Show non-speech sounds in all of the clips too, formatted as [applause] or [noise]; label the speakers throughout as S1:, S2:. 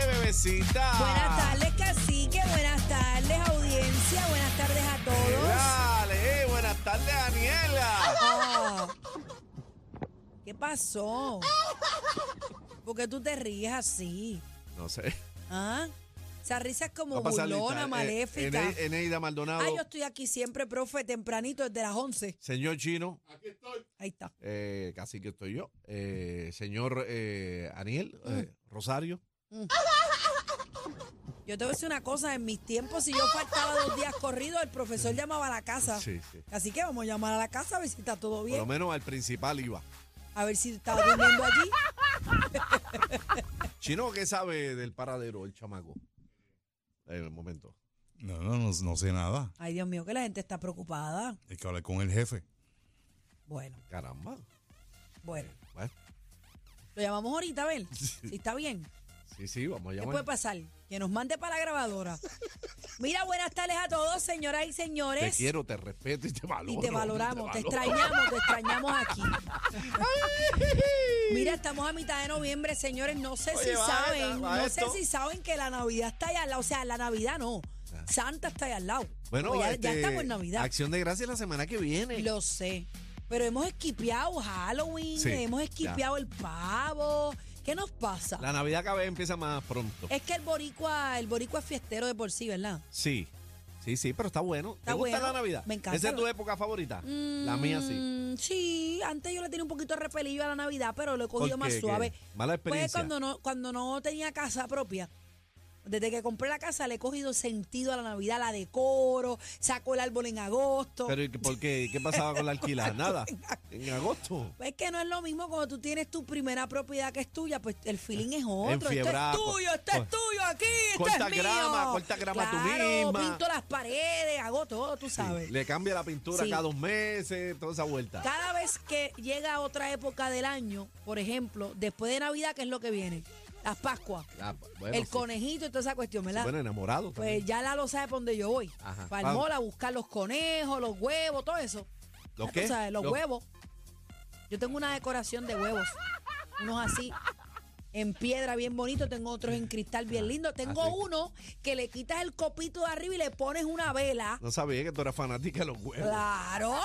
S1: Caperucita.
S2: Buenas tardes, cacique. Buenas tardes, audiencia. Buenas tardes a todos.
S1: Dale, eh, buenas tardes, Daniela.
S2: Ah. ¿Qué pasó? ¿Por qué tú te ríes así?
S1: No sé.
S2: ¿Ah? Esa risa es
S1: Va
S2: como
S1: a pasar
S2: burlona,
S1: lista. Eh,
S2: maléfica.
S1: Ene- Eneida Maldonado.
S2: Ah, yo estoy aquí siempre, profe, tempranito, desde las 11.
S1: Señor Chino,
S2: Ahí está.
S1: eh, casi que estoy yo. Eh, señor eh, Aniel, eh,
S2: Mm.
S1: Rosario.
S2: Yo te voy a decir una cosa, en mis tiempos, si yo faltaba dos días corridos, el profesor llamaba a la casa.
S1: Sí, sí.
S2: Así que vamos a llamar a la casa a ver si está todo
S1: Por lo
S2: bien,
S1: menos al principal iba.
S2: a ver si está durmiendo allí.
S1: Chino, ¿qué sabe del paradero, el chamaco? En el momento.
S3: No, no, no, no sé nada.
S2: Ay, Dios mío, que la gente está preocupada.
S3: Hay que hablar con el jefe.
S2: Bueno,
S1: Caramba.
S2: bueno.
S1: Bueno,
S2: Lo llamamos
S1: [laughs]
S2: ahorita, Abel. Si está bien.
S1: sí, sí, vamos a
S2: ¿Qué
S1: llamar.
S2: puede pasar? Que nos mande para la grabadora. Mira, buenas tardes a todos, señoras y
S1: Te
S2: señores.
S1: quiero, te respeto y te valoro.
S2: y te valoramos, te,
S1: valoro.
S2: extrañamos, te extrañamos aquí. Mira, estamos a mitad de noviembre, señores. No sé si
S1: Oye, va,
S2: saben,
S1: va
S2: no
S1: esto.
S2: sé si saben que la Navidad está allá al lado. O sea, la Navidad no. Santa está allá al lado.
S1: Bueno,
S2: Pues ya, ya
S1: este,
S2: estamos en Navidad.
S1: Acción de gracias la semana que viene.
S2: Lo sé. Pero hemos esquipeado Halloween,
S1: Sí,
S2: hemos esquipeado el pavo. ¿Qué nos pasa?
S1: La Navidad cada vez empieza más pronto.
S2: Es que el boricua, el boricua es fiestero de por sí, ¿verdad?
S1: Sí. Sí, sí, pero está bueno. ¿Te
S2: Está
S1: gusta
S2: bueno.
S1: la Navidad?
S2: Me encanta.
S1: ¿Esa es tu época favorita? la mía sí.
S2: Mm, Sí, antes yo le tenía un poquito de repelillo a la Navidad, pero lo he cogido
S1: ¿Por
S2: más
S1: qué?
S2: suave.
S1: ¿Qué? Mala
S2: Pues
S1: experiencia.
S2: cuando no, cuando no tenía casa propia. Desde que compré la casa le he cogido sentido a la Navidad, la decoro, saco el árbol en agosto.
S1: Pero ¿y qué- ¿por qué? ¿Qué pasaba con la
S2: [laughs]
S1: alquilada? Nada. En agosto.
S2: Pues es que no es lo mismo cuando tú tienes tu primera propiedad que es tuya, pues el feeling es otro. Esto es
S1: Enfiebrado,
S2: tuyo, esto
S1: co-
S2: es tuyo aquí, esto
S1: corta
S2: es mío.
S1: grama, corta grama tú
S2: Claro,
S1: misma.
S2: pinto las paredes, hago todo, tú sabes.
S1: Le cambia la pintura
S2: Sí.
S1: cada dos meses, toda esa vuelta.
S2: Cada vez que llega otra época del año, por ejemplo, después de Navidad, ¿qué es lo que viene? Las Pascuas,
S1: Ah, bueno,
S2: el
S1: sí.
S2: conejito y toda esa cuestión,
S1: Se
S2: ¿verdad?
S1: ponen enamorados
S2: pues
S1: también.
S2: ya Lalo sabe por dónde yo voy.
S1: Ajá.
S2: Para el mall a buscar los conejos, los huevos, todo eso.
S1: ¿Los
S2: Ya tú
S1: qué?
S2: sabes, los
S1: Los-
S2: huevos. Yo tengo una decoración de huevos. Unos así, en piedra bien bonito. Tengo otros en cristal bien lindo. Tengo
S1: Ah, así.
S2: uno que le quitas el copito de arriba y le pones una vela.
S1: No sabía que tú eras fanática de los huevos.
S2: Claro.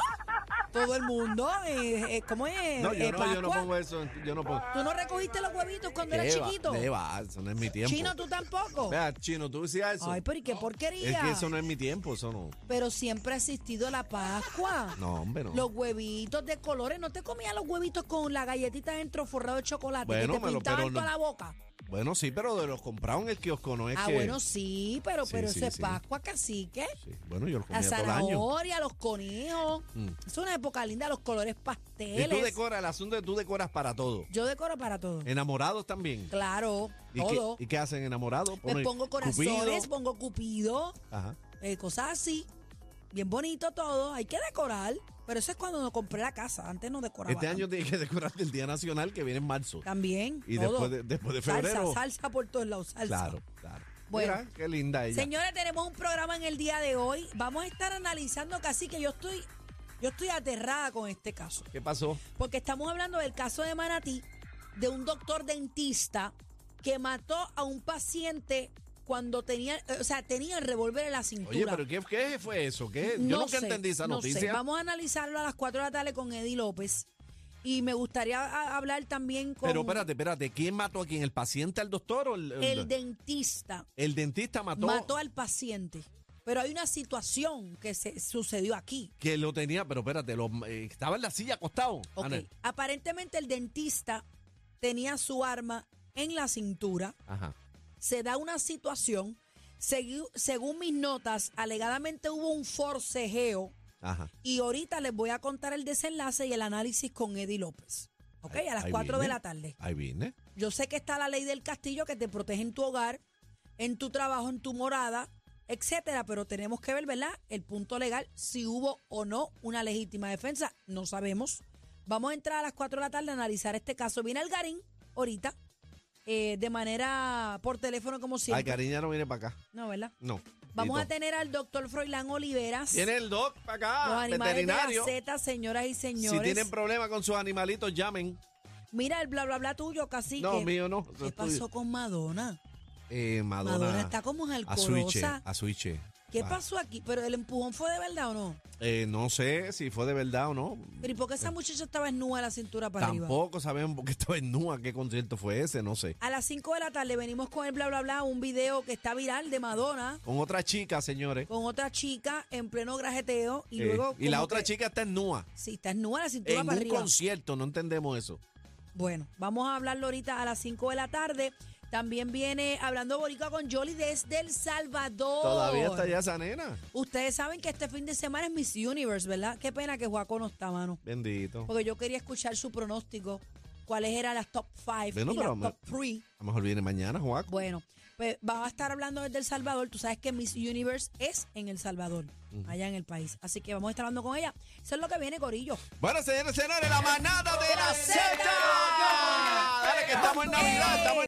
S2: Todo el mundo. eh, eh, ¿Cómo es?
S1: No, yo
S2: Eh,
S1: no, yo no
S2: Pascua.
S1: pongo eso. Yo no pongo.
S2: ¿Tú no recogiste los huevitos cuando
S1: ¿Qué
S2: eras
S1: va?
S2: chiquito?
S1: ¿Qué va? Eso no es mi tiempo.
S2: Chino, tú tampoco.
S1: Vea, chino, tú decías eso.
S2: Ay, pero ¿y qué
S1: es
S2: porquería?
S1: que eso no es mi tiempo, eso no.
S2: Pero siempre ha existido la Pascua.
S1: No, hombre, no.
S2: Los huevitos de colores, ¿no te comías los huevitos con la galletita dentro forrado de chocolate
S1: Bueno,
S2: que te
S1: me lo-
S2: pintaban
S1: pero
S2: toda
S1: no-
S2: la boca?
S1: Bueno, sí, pero de los comprados en el kiosco, no es
S2: ah,
S1: que.
S2: bueno, sí, pero,
S1: Sí,
S2: pero
S1: sí,
S2: eso es
S1: sí.
S2: Pascua, cacique.
S1: Sí, bueno, yo los
S2: La
S1: comía todo el año.
S2: zanahoria, los conejos.
S1: Mm.
S2: Es una época linda, los colores
S1: Y tú
S2: pasteles.
S1: decoras, el asunto es que tú decoras para todo.
S2: Yo decoro para todo.
S1: Enamorados también.
S2: Claro,
S1: ¿Y,
S2: todo.
S1: Qué, ¿Y qué hacen enamorados?
S2: Me
S1: Ponen
S2: pongo
S1: Cupido.
S2: corazones, pongo cupido.
S1: Ajá.
S2: eh, cosas así. Bien bonito todo, hay que decorar, pero eso es cuando no compré la casa, antes no decoraba.
S1: Este año
S2: tanto.
S1: tienes que decorar el Día Nacional que viene en marzo.
S2: también.
S1: Y
S2: todo.
S1: después de, después de febrero.
S2: Salsa, salsa por todos lados, salsa.
S1: Claro, claro.
S2: Bueno.
S1: Mira, qué linda ella.
S2: Señores, tenemos un programa en el día de hoy. Vamos a estar analizando casi que yo estoy yo estoy aterrada con este caso,
S1: ¿Qué pasó?
S2: porque estamos hablando del caso de Manatí de un doctor dentista que mató a un paciente cuando tenía, eh, o sea, tenía el revólver en la cintura.
S1: Oye, pero ¿qué, qué fue eso? ¿Qué? Yo nunca
S2: sé,
S1: entendí esa
S2: no
S1: noticia.
S2: sé. Vamos a analizarlo a las 4 de la tarde con Eddie López. Y me gustaría a- hablar también con
S1: Pero espérate, espérate. ¿Quién mató a quién? ¿El paciente, al doctor o el,
S2: el dentista.
S1: el dentista mató?
S2: Mató al paciente. Pero hay una situación que se sucedió aquí.
S1: Que lo tenía, pero espérate, lo, eh, estaba en la silla acostado.
S2: Ok.
S1: Ana.
S2: Aparentemente el dentista tenía su arma en la cintura.
S1: Ajá.
S2: Se da una situación. Segui- según mis notas, alegadamente hubo un forcejeo.
S1: Ajá.
S2: Y ahorita les voy a contar el desenlace y el análisis con Eddie López. ¿Ok?
S1: Ahí-
S2: A las
S1: ahí
S2: 4 de
S1: viene.
S2: la tarde.
S1: Ahí vine.
S2: Yo sé que está la ley del castillo que te protege en tu hogar, en tu trabajo, en tu morada, etcétera, pero tenemos que ver, ¿verdad? El punto legal, si hubo o no una legítima defensa, no sabemos. Vamos a entrar a las 4 de la tarde a analizar este caso. Viene Algarín ahorita, eh, de manera por teléfono como
S1: Ay,
S2: siempre.
S1: cariña no viene para acá.
S2: No, ¿verdad?
S1: No.
S2: Vamos a
S1: Tito.
S2: tener al doctor Froilán Oliveras.
S1: Viene el doc
S2: Los
S1: para acá,
S2: animales
S1: veterinario.
S2: de la Z, señoras y señores.
S1: Si tienen problemas con sus animalitos, llamen.
S2: Mira el bla bla bla tuyo, cacique.
S1: No, mío no.
S2: ¿Qué pasó con Madonna?
S1: eh, Madonna,
S2: Madonna está como en
S1: a Switch.
S2: alcoholosa.
S1: A Switch.
S2: ¿Qué
S1: Ah,
S2: pasó aquí? ¿Pero el empujón fue de verdad o no?
S1: eh, no sé si fue de verdad o no.
S2: Pero ¿y por qué esa muchacha estaba desnuda de la cintura para arriba?
S1: Eh. Tampoco sabemos [laughs] por qué estaba en Nua, qué concierto fue ese, no sé.
S2: A las 5 de la tarde venimos con el bla bla bla, un video que está viral de Madonna
S1: Con otra chica, señores.
S2: con otra chica en pleno grajeteo y
S1: Eh,
S2: luego.
S1: y la
S2: como
S1: otra
S2: que-
S1: chica está en Nua.
S2: Sí, está desnuda de la cintura
S1: En
S2: para
S1: un
S2: arriba.
S1: concierto, no entendemos eso.
S2: Bueno, vamos a hablarlo ahorita a las 5 de la tarde. También viene hablando Boricua con Jolly desde El Salvador.
S1: Todavía está allá esa nena.
S2: Ustedes saben que este fin de semana es Miss Universe, ¿verdad? Qué pena que Juaco no está, mano.
S1: Bendito.
S2: Porque yo quería escuchar su pronóstico. ¿Cuáles eran las top 5
S1: Bueno,
S2: y
S1: pero
S2: las
S1: me-
S2: top 3?
S1: A lo mejor viene mañana, Juaco.
S2: Bueno, pues va a estar hablando desde El Salvador. Tú sabes que Miss Universe es en El Salvador, allá en el país. Así que vamos a estar hablando con ella. Eso es lo que viene, Corillo.
S1: Bueno, señores, señores, la manada de la Z. Dale, que estamos en Navidad, estamos en